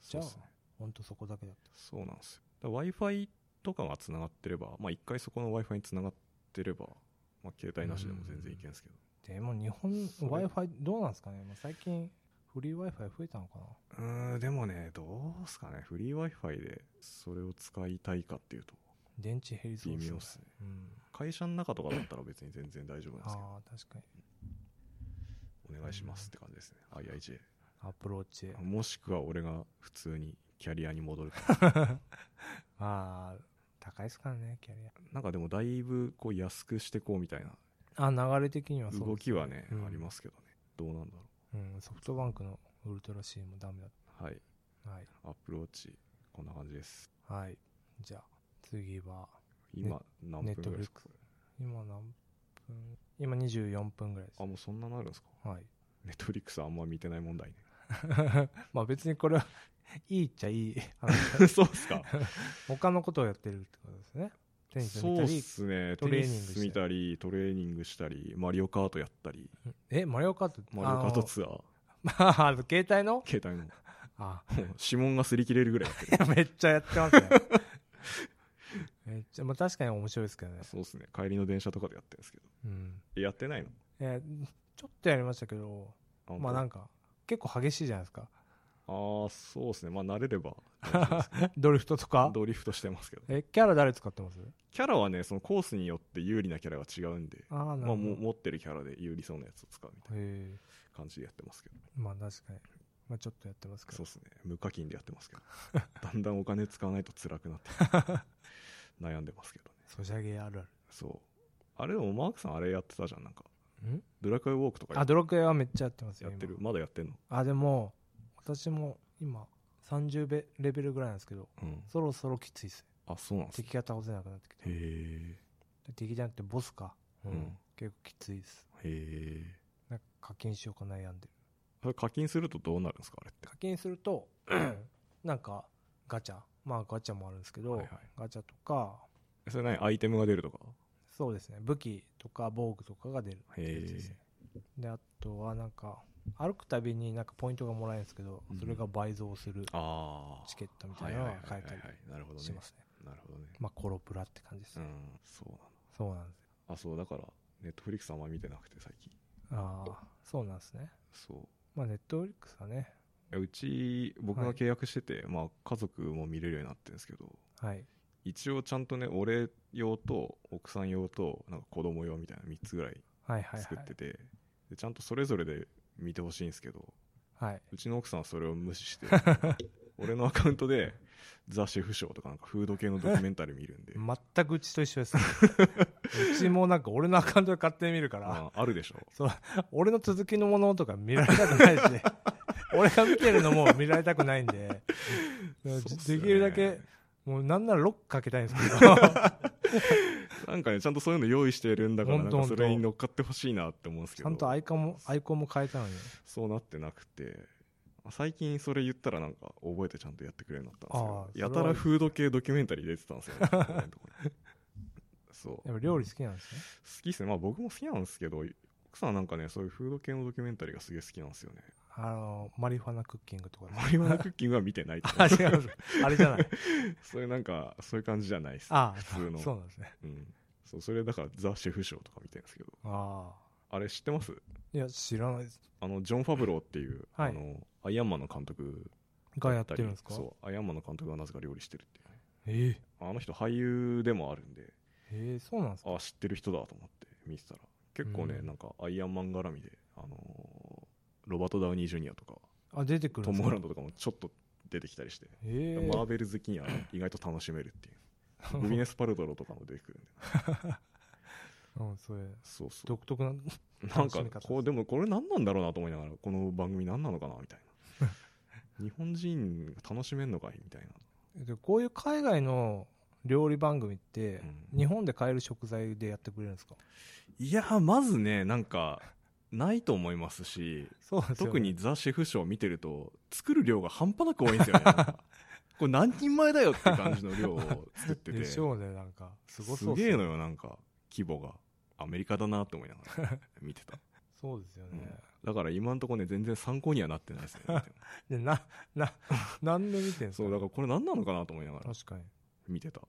S1: じ
S2: そ
S1: ゃ
S2: う
S1: あ
S2: っすね、
S1: ほんとそこだけだった。
S2: そうなんですよ。だ Wi-Fi とかがつながってれば、まあ一回そこの Wi-Fi につながってれば、まあ携帯なしでも全然いけんすけど。
S1: でも日本
S2: それ
S1: Wi-Fi どうなんですかね、まあ、最近フリー Wi-Fi 増えたのかな
S2: うーん、でもね、どうすかね、フリー Wi-Fi でそれを使いたいかっていうと、
S1: 電池減りそう
S2: 微
S1: です
S2: 妙
S1: ね
S2: っすね。
S1: うん、
S2: 会社の中とかだったら別に全然大丈夫なんですけど、
S1: ああ確かに
S2: お願いしますって感じですね。IIJ。
S1: アプローチ
S2: もしくは俺が普通にキャリアに戻るか。 [LAUGHS]
S1: まあ高いですからねキャリ
S2: なんかでもだいぶこう安くしてこうみたいな
S1: アあ流れ的にはそうです
S2: 動きはね、
S1: うん
S2: ありますけどね。どうなんだろ
S1: うん、ソフトバンクのウルトラ C もダメだっ
S2: う。はい。
S1: たはい、
S2: アップローチ、こんな感じです。
S1: はい、じゃあ次は
S2: 今、何分ぐらいですか
S1: Netflix 今何分今24分ぐらいで
S2: あ、もうそんななるんですか
S1: すはい
S2: ネットフリックスあんま見てない問題
S1: まあ別にこれは [LAUGHS] いいっちゃいい話
S2: ね。 [LAUGHS] そうっす [LAUGHS] か。
S1: [LAUGHS] 他のことをやってるってことですねテニス
S2: そ
S1: 見
S2: う
S1: た
S2: っ
S1: り
S2: すね。
S1: ト
S2: ト
S1: レー
S2: レー
S1: ニ
S2: ニ
S1: ン
S2: ン
S1: グし
S2: グ
S1: て
S2: 見たり、トレーニングしたり、マリオカートやったり、
S1: え、マリオカート
S2: マリオカート
S1: あ
S2: ツアー、
S1: まあ、あの [LAUGHS] 携帯の
S2: 携帯の、
S1: あ
S2: もう指紋が擦り切れるぐらいやってる。
S1: めっちゃやってますね。 [LAUGHS] めっちゃ、まあ確かに面白いですけどね。
S2: そうっすね。帰りの電車とかでやってるんですけど。
S1: うん。
S2: えやってないの
S1: えちょっとやりましたけど、
S2: あ
S1: まあなんんか、結構激しいじゃないですか。
S2: あーそうっすね。まあ慣れれ [LAUGHS] ば楽しいですけ
S1: ドリフトと
S2: ど、
S1: か
S2: ドリフトしてますけど。
S1: え、キャラ誰使ってます
S2: キャラはね、そのコースによって有利なキャラが違うんで、
S1: ああ、なる
S2: ま
S1: ほ
S2: あ、も
S1: ど。
S2: 持ってるキャラで有利そうなやつを使うみたい
S1: へえ。
S2: な感じでやってますけど。
S1: まあ確かに。まあちょっとやってますけ
S2: そ
S1: ど
S2: う。ですね無課金でやってます
S1: [LAUGHS]
S2: けどだんだんお金使わないと辛くなって悩んでますけどね
S1: ソシャゲある
S2: そうあれでもマークさんあれやってたじゃんなんか
S1: ある。ん
S2: ドラクエウォークとか
S1: あ、
S2: や
S1: ドラクエはめっちゃやってますよ。
S2: やってる
S1: 今
S2: まだやってんの
S1: あ、でも、私も今、30べレベルぐらいなんですけど、
S2: うん
S1: そろそろきついっす。
S2: あそうなんですか
S1: 敵が倒せなくなってきて
S2: へ。え
S1: 敵じゃなくてボスか、うん
S2: うん
S1: 結構きついです
S2: へえ
S1: なんか課金しようか悩んでる
S2: それ課金するとどうなるんですかあれって
S1: 課金すると [CLEARS THROAT] なんかガチャまあガチャもあるんですけど、
S2: はいはい
S1: ガチャとか
S2: えそれ何アイテムが出るとか
S1: そうですね武器とか防具とかが出る
S2: へえ
S1: やつですねであとはなんか歩くたびになんかポイントがもらえるんですけど、
S2: うん
S1: それが倍増する
S2: ああ
S1: チケットみた
S2: はいい
S1: な
S2: はい
S1: の
S2: は
S1: が
S2: いは
S1: 買
S2: い
S1: えたり
S2: なるほどね
S1: しますね
S2: なるほどね
S1: まあコロプラって感じです
S2: う
S1: ね、
S2: んそうなの
S1: そうなんですよ
S2: あそうだからネットフリックスあんま見てなくて最近
S1: ああそうなんですね
S2: そう
S1: まあネットフリックスはね
S2: うち僕
S1: は
S2: が
S1: い
S2: 契約してて、まあ、家族も見れるようになってるんですけど
S1: はい
S2: 一応ちゃんとね俺用と奥さん用となんか子供用みたいな3つぐらい
S1: はいはい
S2: 作ってて、でちゃんとそれぞれで見てほしいんですけど
S1: はい、はいう
S2: ちの奥さんはそれを無視して
S1: [LAUGHS]
S2: 俺のアカウントで「ザ・シェフ賞」とかなんかフード系のドキュメンタリー見るんで、
S1: 全くうちと一緒
S2: [LAUGHS]
S1: です。うちもなんか俺のアカウントで買ってみるから、
S2: まあ、あるでしょ
S1: 俺の続きのものとか見られたくないし、
S2: [LAUGHS]
S1: 俺が見てるのも見られたくないんで、
S2: そうっすよ
S1: で
S2: ね
S1: きるだけ、もうなんならロックかけたいんです
S2: [LAUGHS]
S1: けど、
S2: なんかねちゃんとそういうの用意してるんだから
S1: ほ
S2: なんん
S1: と
S2: かそれに乗っかってほしいなって思うんです
S1: ち
S2: けど
S1: ゃんとアイコンも、アイコンも変えたのに。
S2: そうなってなくて最近それ言ったらなんか覚えてちゃんとやってくれるようになったんですけ
S1: ああ
S2: どや
S1: それ
S2: た
S1: は
S2: らフード系ドキュメンタリー出てたんです
S1: [LAUGHS]
S2: よ、ね、ここのところそう
S1: やっぱ料理好きなんですね。
S2: 好きですねまあ僕も好きなんですけど奥さんはなんかねそういうフード系のドキュメンタリーがすげえ好きなんですよね
S1: あの、マリファナクッキングとかです
S2: マリワナクッキングは見てないって
S1: [LAUGHS] あ、違う。あれじゃない。
S2: そういうなんかそういう感じじゃないです
S1: あ
S2: 普通の
S1: そうなんですね。
S2: うん、そうそれだからザ・シェフ賞とか見てるんですけど
S1: ああ。
S2: あれ知ってます
S1: いや、知らないです。
S2: あのジョン・ファブローっていう、
S1: はい
S2: あのアイアンマンの監督
S1: がやっ
S2: だ
S1: て
S2: たり
S1: るんですか
S2: そうアイアンマンの監督がなぜか料理してるっていうね
S1: え
S2: あの人俳優でもあるんで
S1: えええそうなんですか
S2: あ知ってる人だと思って見てたら結構ね、
S1: うん
S2: なんかアイアンマン絡みで、あのーロバート・ダウニー・ジュニアとか
S1: あ、出てくるん
S2: ト
S1: です
S2: ム・
S1: か
S2: ホランドとかもちょっと出てきたりして、
S1: ええ
S2: マーベル好きには
S1: [LAUGHS]
S2: 意外と楽しめるっていうルビネス・パルドロとかも出てくるんで
S1: うん、それ、
S2: そうそう
S1: 独特な、 [LAUGHS]
S2: なん
S1: 楽しみ方
S2: か
S1: です
S2: こうでもこれ何なんだろうなと思いながらこの番組何なのかな
S1: [LAUGHS]
S2: みたいな日本人が楽しめんのかいみたいな
S1: でこういう海外の料理番組って、
S2: うん
S1: 日本で買える食材でやってくれるんですか
S2: いやーまずねなんかないと思いますし
S1: そうですよね
S2: 特にザ・シェフ賞を見てると作る量が半端なく多いんです
S1: [LAUGHS]
S2: よねなんかこれ何人前だよって感じの量を作ってて
S1: でしょうねなんかすご
S2: す
S1: そうっ
S2: げえ
S1: よ
S2: のよなんか規模がアメリカだなって思いながら
S1: [LAUGHS]
S2: 見てた
S1: そうですよね、
S2: だから今のところね全然参考にはなって
S1: [LAUGHS]
S2: ないですね見ても
S1: でな
S2: [LAUGHS]
S1: ななんで見てんすか
S2: そうだからこれ何なのかなと思いながら
S1: 確かに
S2: 見てた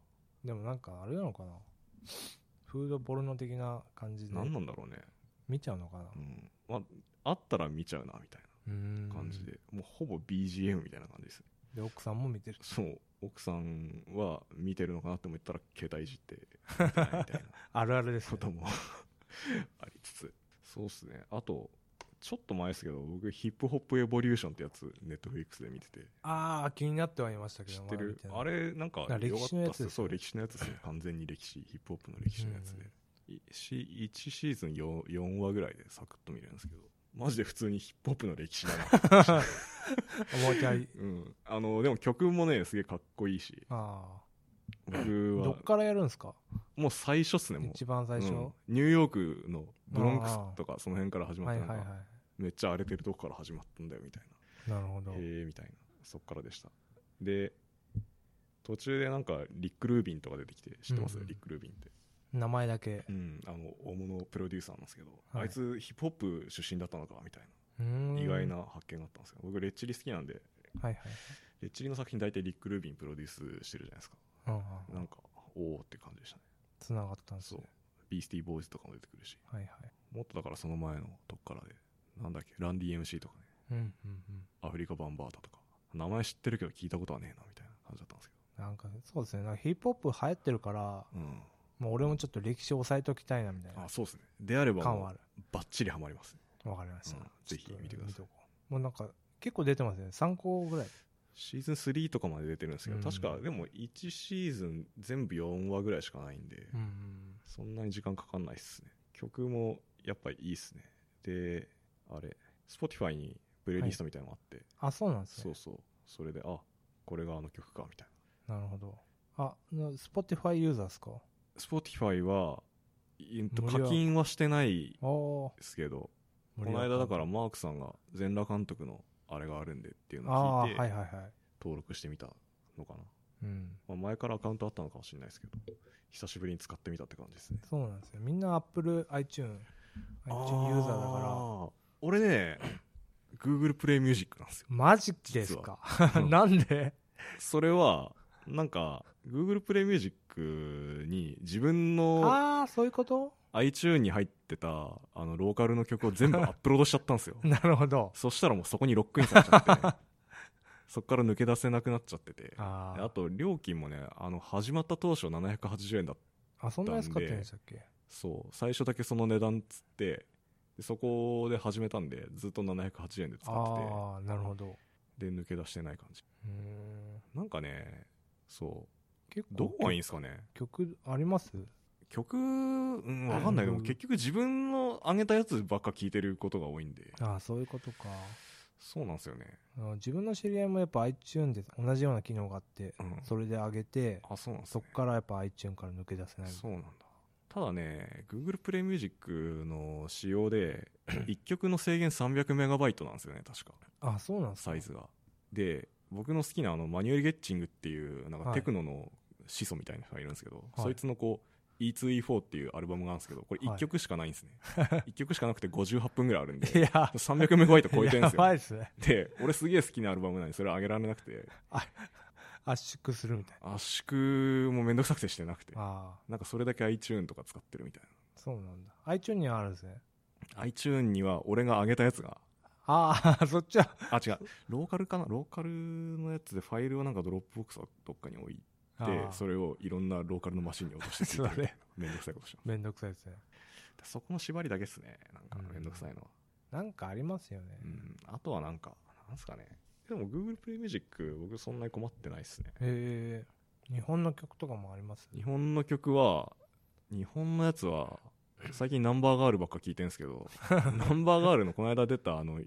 S1: でもなんかあれなのかなフードポルノ的な感じで
S2: 何なんだろうね、
S1: 見ちゃうのかな
S2: うんまあ、あったら見ちゃうなみたいう
S1: ーん
S2: な感じでもうほぼ BGM みたいな感じです
S1: で奥さんも見てる
S2: そう奥さんは見てるのかなって思ったら携帯い
S1: [LAUGHS]
S2: じって見てないみたいな
S1: あるあるです
S2: ことも [LAUGHS] ありつつそうっすねあとちょっと前ですけど僕ヒップホップエボリューションってやつネットフリックスで見てて
S1: ああ気になってはいましたけ
S2: 知
S1: ど
S2: ってる
S1: [LAUGHS]
S2: あ
S1: れ
S2: れなんか
S1: な
S2: 良か
S1: 歴
S2: っ
S1: 史
S2: た
S1: のや
S2: っ
S1: つですす
S2: そう歴史のやつですね完全に歴史ヒップホップの歴史のやつで、いし1シーズン 4, 4話ぐらいでサクッと見れるんですけどマジで普通にヒップホップの歴史だな
S1: [LAUGHS] もう一回
S2: うん、あのでも曲もねすげえかっこいいし
S1: あ
S2: 僕
S1: あど
S2: は
S1: っからやるんですか
S2: もう最初っすねもう
S1: 一番最初、
S2: うんニューヨークのブロンクスとかその辺から始ま
S1: は
S2: っ
S1: い
S2: て
S1: はい
S2: な
S1: は
S2: んかめっちゃ荒れてるとこから始まったんだよみたい
S1: いなるほど、
S2: なへえみたいなそっからでしたで途中でなんかリック・ルービンとか出てきて知ってます、
S1: うんうん
S2: リック・ルービンって、
S1: 名前だけ
S2: うん、あの大物プロデューサーなんですけど、
S1: はい
S2: あいつヒップホップ出身だったのかみたいう
S1: ーん
S2: な意外な発見があったんですけど僕レッチリ好きなんで
S1: はいはい
S2: レッチリの作品大体リック・ルービンプロデュースしてるじゃないですか
S1: うんうん
S2: なんかおおって感じでしたね
S1: つながったんです
S2: そ
S1: ね
S2: う。ビースティーボーイズとかも出てくるし、
S1: はいはい
S2: もっとだからその前のとこからで、なんだっけ、ランディ MC とかね、
S1: うんうんうん
S2: アフリカ・バンバータとか、名前知ってるけど聞いたことはねえなみたいな感じだったんですけ
S1: なんかそうですねなんかヒップホップ流行ってるから
S2: ど、うん。
S1: もう俺もちょっと歴史を押さえておきたいなみたい
S2: あ
S1: な
S2: そうですね。であれば
S1: 感
S2: も
S1: はあ
S2: う、
S1: る
S2: ばっちりハマりますね。
S1: わかりました、
S2: うんぜひ見てください
S1: ちょっと見とこうもうなんか結構出てますね3個ぐらい
S2: シーズン3とかまで出てるんですけど、
S1: うん
S2: 確かでも1シーズン全部4話ぐらいしかないんで、
S1: うんうん
S2: そんなに時間かかんないっすね。曲もやっぱりいいっすね。で、あれ、Spotify にプレイリストみたいなのがあって、
S1: あそうなんです
S2: そ
S1: ね
S2: うそう、それで、あこれがあの曲かみたいな。
S1: なるほどあスポティファイユーザーですか
S2: Spotify は、えっと、
S1: 無料
S2: 課金はしてない
S1: ああこ
S2: ですけど、この間だからマークさんが全裸監督のあれがあるんでっていうの
S1: ああ
S2: を
S1: は
S2: 聞
S1: い
S2: い
S1: はい
S2: て、
S1: はい
S2: 登録してみたのかな。
S1: うん
S2: まあ、前からアカウントあったのかもしれないですけど、久しぶりに使ってみたって感じですね。
S1: そうなんですよみんな Apple iTunes iTunes ユーザーだから。
S2: ら。俺ね、Google プレイミュージックなんですよ [LAUGHS]
S1: マジですか [LAUGHS] なんで
S2: それは、なんか、Google プレイミュージックに自分の
S1: ああそういうこと
S2: iTune に入ってた、あの、ローカルの曲を全部アップロードしちゃった
S1: [LAUGHS]
S2: んですよ。
S1: なるほど
S2: そしたらもうそこにロックインされちゃって、そこから抜け出せなくなっちゃってて。
S1: あ
S2: で
S1: ー
S2: あと、料金もね、あの、始まった当初780円だ
S1: あそんな安かったんでしたっけ
S2: そう。最初だけその値段つって、でそこで始めたんで、ずっと780円で使っ
S1: ああなるほどう
S2: てて、で、抜け出してない感じ。
S1: ーん
S2: なんかね、そう。
S1: 結構
S2: どこがいいんですかね
S1: 曲あります
S2: 曲、うん、わかんない。でも結局自分の上げたやつばっか聞いてることが多いんで、
S1: ああそういうことか
S2: そうなんですよね。
S1: あの自分の知り合いもやっぱ iTunes で同じような機能があって
S2: うん。
S1: それで上げて
S2: あ、そうなんです
S1: そ
S2: ね
S1: っ。からやっぱ iTunes から抜け出せない
S2: そうなんだ。ただね Google プレイミュージックの仕
S1: [LAUGHS]
S2: 様で1曲の制限300メガバイトなんですよね確か
S1: あ、そうなんですか
S2: サイズがで僕の好きなあのマニュエル・ゲッチングっていうなん
S1: は
S2: か
S1: い
S2: テクノの始祖みたいな人がいるんですけど、
S1: い
S2: そいつのこう E2E4 っていうアルバムがあるんですけどこれ1曲しかないん
S1: [LAUGHS]
S2: ですね、1曲しかなくて58分ぐらいあるん
S1: い
S2: で
S1: や、
S2: 300メガバイト超えてるんです
S1: やば
S2: よ
S1: いですね。
S2: で俺すげえ好きなアルバムなのにそれ上げられなくて
S1: 圧縮するみたい
S2: 圧縮もめんどくさくてしてなくて
S1: な。ああ、
S2: なんかそれだけ iTune とか使ってるみたい
S1: そうなんだ。iTune にはあるんですね。
S2: な iTune には俺が上げたやつが
S1: ああ、そっちは。
S2: あ違うローカルかなローカルのやつでファイルをなんかドロップボックスかどっかに置いて
S1: ああ
S2: それをいろんなローカルのマシンに落としてついてる
S1: それ
S2: めんどくさいことしてま
S1: めんどくさいですね。
S2: すそこの縛りだけですねなんか
S1: うん
S2: めんどくさいのは、
S1: なんかありますよね。
S2: うんあとはなんかなんすかねでも Google プレイミュージック僕そんなに困ってないですね
S1: へえ、日本の曲とかもあります
S2: 日本の曲は日本のやつは最近ナンバーガールばっか聞いてるんです
S1: [LAUGHS]
S2: けどナンバーガールのこの間出たあの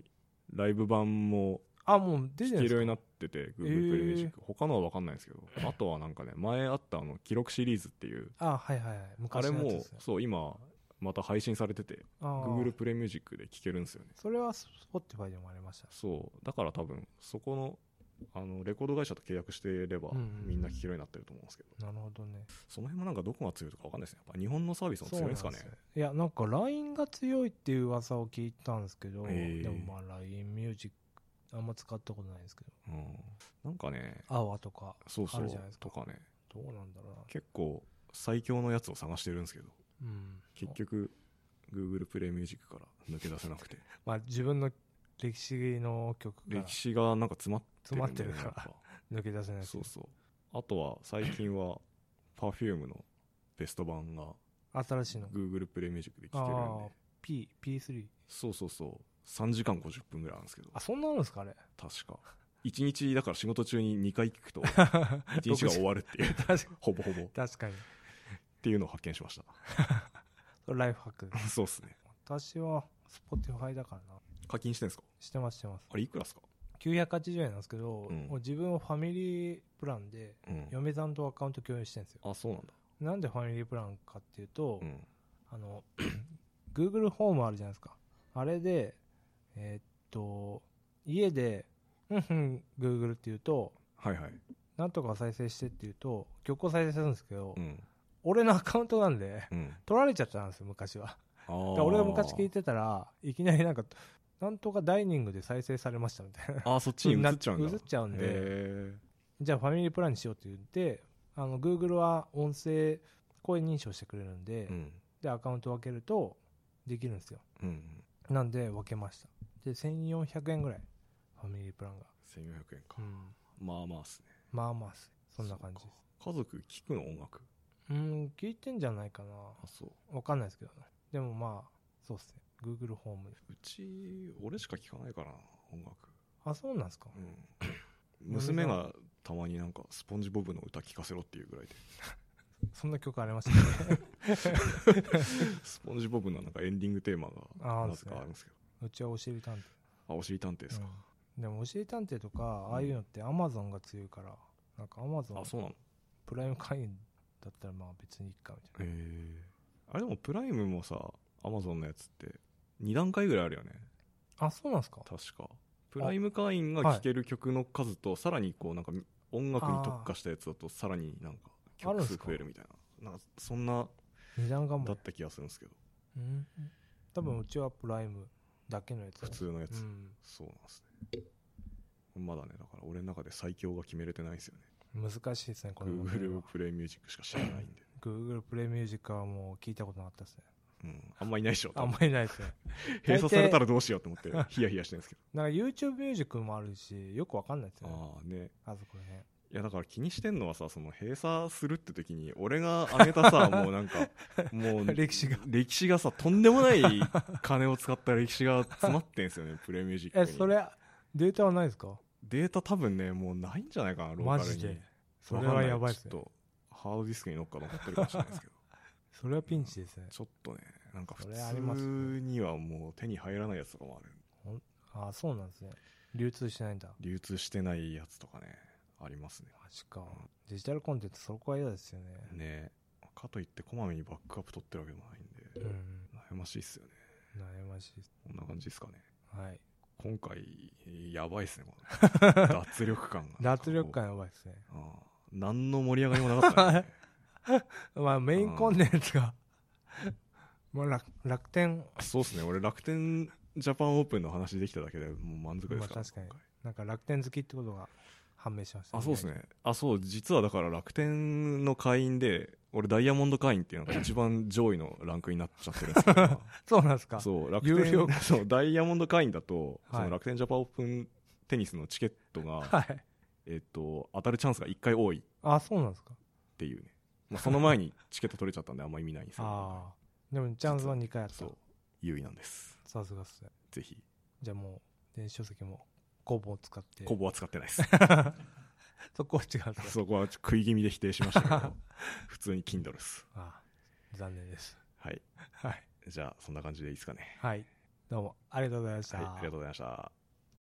S2: ライブ版も
S1: あ、もう出てるん
S2: 聴け
S1: で
S2: るよう
S1: すか
S2: になってて Google プレイミュージック、他のは分かんないんですけどあとはなんかね前あったあの記録シリーズっていう
S1: あ、はいはいはい。
S2: あ
S1: 昔
S2: れ
S1: のやつ
S2: も
S1: ですね。
S2: そう今また配信されてて
S1: ああ
S2: Google プレイミュージックで聴けるんですよね
S1: それは Spotify でもありました。
S2: そうだから多分そこのあのレコード会社と契約してれば
S1: うんうん
S2: みんな聴けるようになってると思うんですけど、
S1: なるほどね。
S2: その辺もなんかどこが強いとか分かんないですねやっぱ日本のサービスも強いんですかね
S1: そうなんいやなんか LINE が強いっていう噂を聞いたんですけど、
S2: へえ
S1: でもまあ LINE ミュージックあんま使ったことないんですけど
S2: うん、なんかね
S1: アワーとか
S2: そう
S1: あ
S2: そう
S1: るじゃないですか
S2: とかね
S1: どうなんだろうな
S2: 結構最強のやつを探してるんですけど
S1: うん
S2: 結局 Google プレイミュージックから抜け出せ
S1: [LAUGHS]
S2: なくて
S1: まあ自分の歴史の曲が
S2: 歴史がなんか詰まってるんだよ
S1: 詰まってる
S2: ね
S1: から
S2: やっ
S1: 抜け出せない
S2: ぱ
S1: です
S2: そ
S1: ね
S2: うそうあとは最近は Perfume のベスト版が
S1: 新しいの
S2: Google プレイミュージックで聴けるん
S1: あ
S2: で
S1: あ P P3
S2: そうそうそう3時間50分ぐらいあるんですけど
S1: あそんなあるんですかあれ
S2: 確か1日だから仕事中に2回聞く [LAUGHS] と
S1: [LAUGHS]
S2: 1日が終わるっていう
S1: 確か [LAUGHS] に
S2: ほぼほぼっ
S1: 確かに
S2: ていうのを発見しました
S1: それライフハックです
S2: [LAUGHS] そうっすね
S1: 私は Spotify だからな
S2: 課金してんすか
S1: してますしてます
S2: あれいくらっすか
S1: 980円なんですけど、
S2: うん
S1: もう自分はファミリープランで
S2: うん
S1: 嫁さんとアカウント共有してるんですよ
S2: あそうなんだ
S1: なんでファミリープランかっていうと、
S2: うん
S1: あの [COUGHS] Google ホームあるじゃないですかあれでえーっと家で「うんうん Google」って言うと
S2: はいはい
S1: 「なんとか再生して」って言うと曲を再生するんですけど、
S2: うん
S1: 俺のアカウントなんで
S2: うん
S1: 取られちゃったんですよ昔はだ
S2: あー
S1: から俺が昔聞いてたらいきなりなんか「なんとかダイニングで再生されました」みたいな
S2: あーそっちに移っちゃうんだ
S1: な移っちゃうんで
S2: へ
S1: じゃあファミリープランにしようって言ってあの Google は音声声認証してくれるんで、
S2: ーうん
S1: でアカウント分けるとできるんですよ
S2: うん
S1: なんで分けましたで1400円ぐらいファミリープランが、
S2: 1400円か
S1: うん、
S2: まあまあっすね
S1: まあまあっすそんな感じです
S2: 家族聴くの音楽
S1: うん聞いてんじゃないかな
S2: あそう
S1: 分かんないですけどねでもまあそうっすね Google ホームで
S2: うち俺しか聴かないからな音楽
S1: あそうなんですか
S2: うん、娘がたまになんかスポンジボブの歌聴かせろっていうぐらいで [LAUGHS]
S1: そんな曲ありましたね
S2: スポンジボブのなんかエンディングテーマ
S1: あー
S2: がなぜかあるんですけど
S1: うちはおしり探偵
S2: あおしり探偵ですか、
S1: うんでもおしり探偵とかああいうのって Amazon が強いからなんか Amazon
S2: あそうなの
S1: プライム会員だったらまあ別にいいかみたいな
S2: へえあれでもプライムもさアマゾンのやつって2段階ぐらいあるよね
S1: あそうなんですか
S2: 確かプライム会員が聴ける曲の数と、さらにこうなんか音楽に特化したやつだとさらになんか
S1: あるん
S2: 曲
S1: す
S2: 数
S1: か
S2: 増えるみたいななんかそんな
S1: 二段頑張
S2: だっ
S1: る
S2: た気がするんですけど
S1: うん多分うちはプライムだけのやつ
S2: 普通のやつ、
S1: うん
S2: そうなんですね。まだね、だから俺の中で最強が決めれてないんですよね。
S1: 難しいですね、これ。
S2: Google プレイミュージックしか知らないんで。
S1: Google プレイミュージックはもう聞いたことなかったですね。 [LAUGHS]
S2: うん。あんまいないでしょ。
S1: あんまりないですね。
S2: 閉鎖されたらどうしようと
S1: [LAUGHS]
S2: 思って、ヒヤヒヤしてるんですけ
S1: なんか YouTube ミュージックもあるし、よくわかんないです [LAUGHS]
S2: ど。
S1: よね。
S2: ああ
S1: あ
S2: ね。
S1: そこね。
S2: いや、だから気にしてんのはさ、その閉鎖するって時に、俺が上げ
S1: [LAUGHS]
S2: たさ、もうなんか、もう、
S1: 歴史が。
S2: 歴史がさ、とんでもない金を使った歴史が詰まってんす
S1: [LAUGHS]
S2: よね、プレイミュージック
S1: え、
S2: に。
S1: それ、データはないですか
S2: データ多分ね、もうないんじゃないかな、ロー
S1: マ
S2: カル
S1: ジ
S2: に。
S1: で。それはやばいです
S2: わかん
S1: ね
S2: なちょっ。と、ハードディスクに乗っか乗ってるかもしれないですけど。
S1: それはピンチですね。
S2: ちょっとね、なんか普
S1: それありますよ
S2: 通にはもう手に入らないやつとかもある。
S1: あ、そうなんですね。流通してないんだ。
S2: 流通してないやつとかね、ありますね。
S1: マジか。デジタルコンテンツ、そこは嫌ですよね。
S2: ねかといってこまめにバックアップ取ってるわけでもないん
S1: う
S2: で、
S1: ん
S2: 悩ましいっすよね。
S1: 悩ましいです
S2: こんな感じですかね。
S1: はい
S2: 今回、やばいっすね、こ
S1: [LAUGHS]
S2: の脱力感が。
S1: 脱力感やばいですね
S2: ああ。何の盛り上がりもなかった
S1: [LAUGHS]
S2: ね。
S1: まあメインコンテンツ [LAUGHS] がもう楽楽天
S2: そうっすね、俺楽天ジャパンオープンの話できただけでもう満足ですから、
S1: まあ確かになんか楽天好きってことが判明しました、
S2: あそうですねあそう実はだから楽天の会員で俺ダイヤモンド会員っていうのが一番上位のランクになっちゃってるんですけ [LAUGHS] ど
S1: そうなんですか
S2: そう楽
S1: 有料
S2: 天 [LAUGHS] そうダイヤモンド会員だと、
S1: はい
S2: その楽天ジャパンオープンテニスのチケット [LAUGHS] が、
S1: はい
S2: えっと当たるチャンスが1回多いっ
S1: あそうなんですか
S2: ていうね、まあ、その前にチケット取れちゃったんで [LAUGHS] あんま意味ないんですけど
S1: ああでもチャンスは2回あった
S2: そう優位なんです
S1: さすがっすね
S2: ぜひ
S1: じゃあもう電子書籍も工房を使って
S2: コボは使って [LAUGHS] ないです
S1: [LAUGHS] そこは違うんですね
S2: そこは食い気味で否定しましたけど普通に Kindle です
S1: ああ残念です
S2: はい
S1: はい
S2: じゃあそんな感じでいいですかね
S1: はいどうもありがとうございました、
S2: はいありがとうございました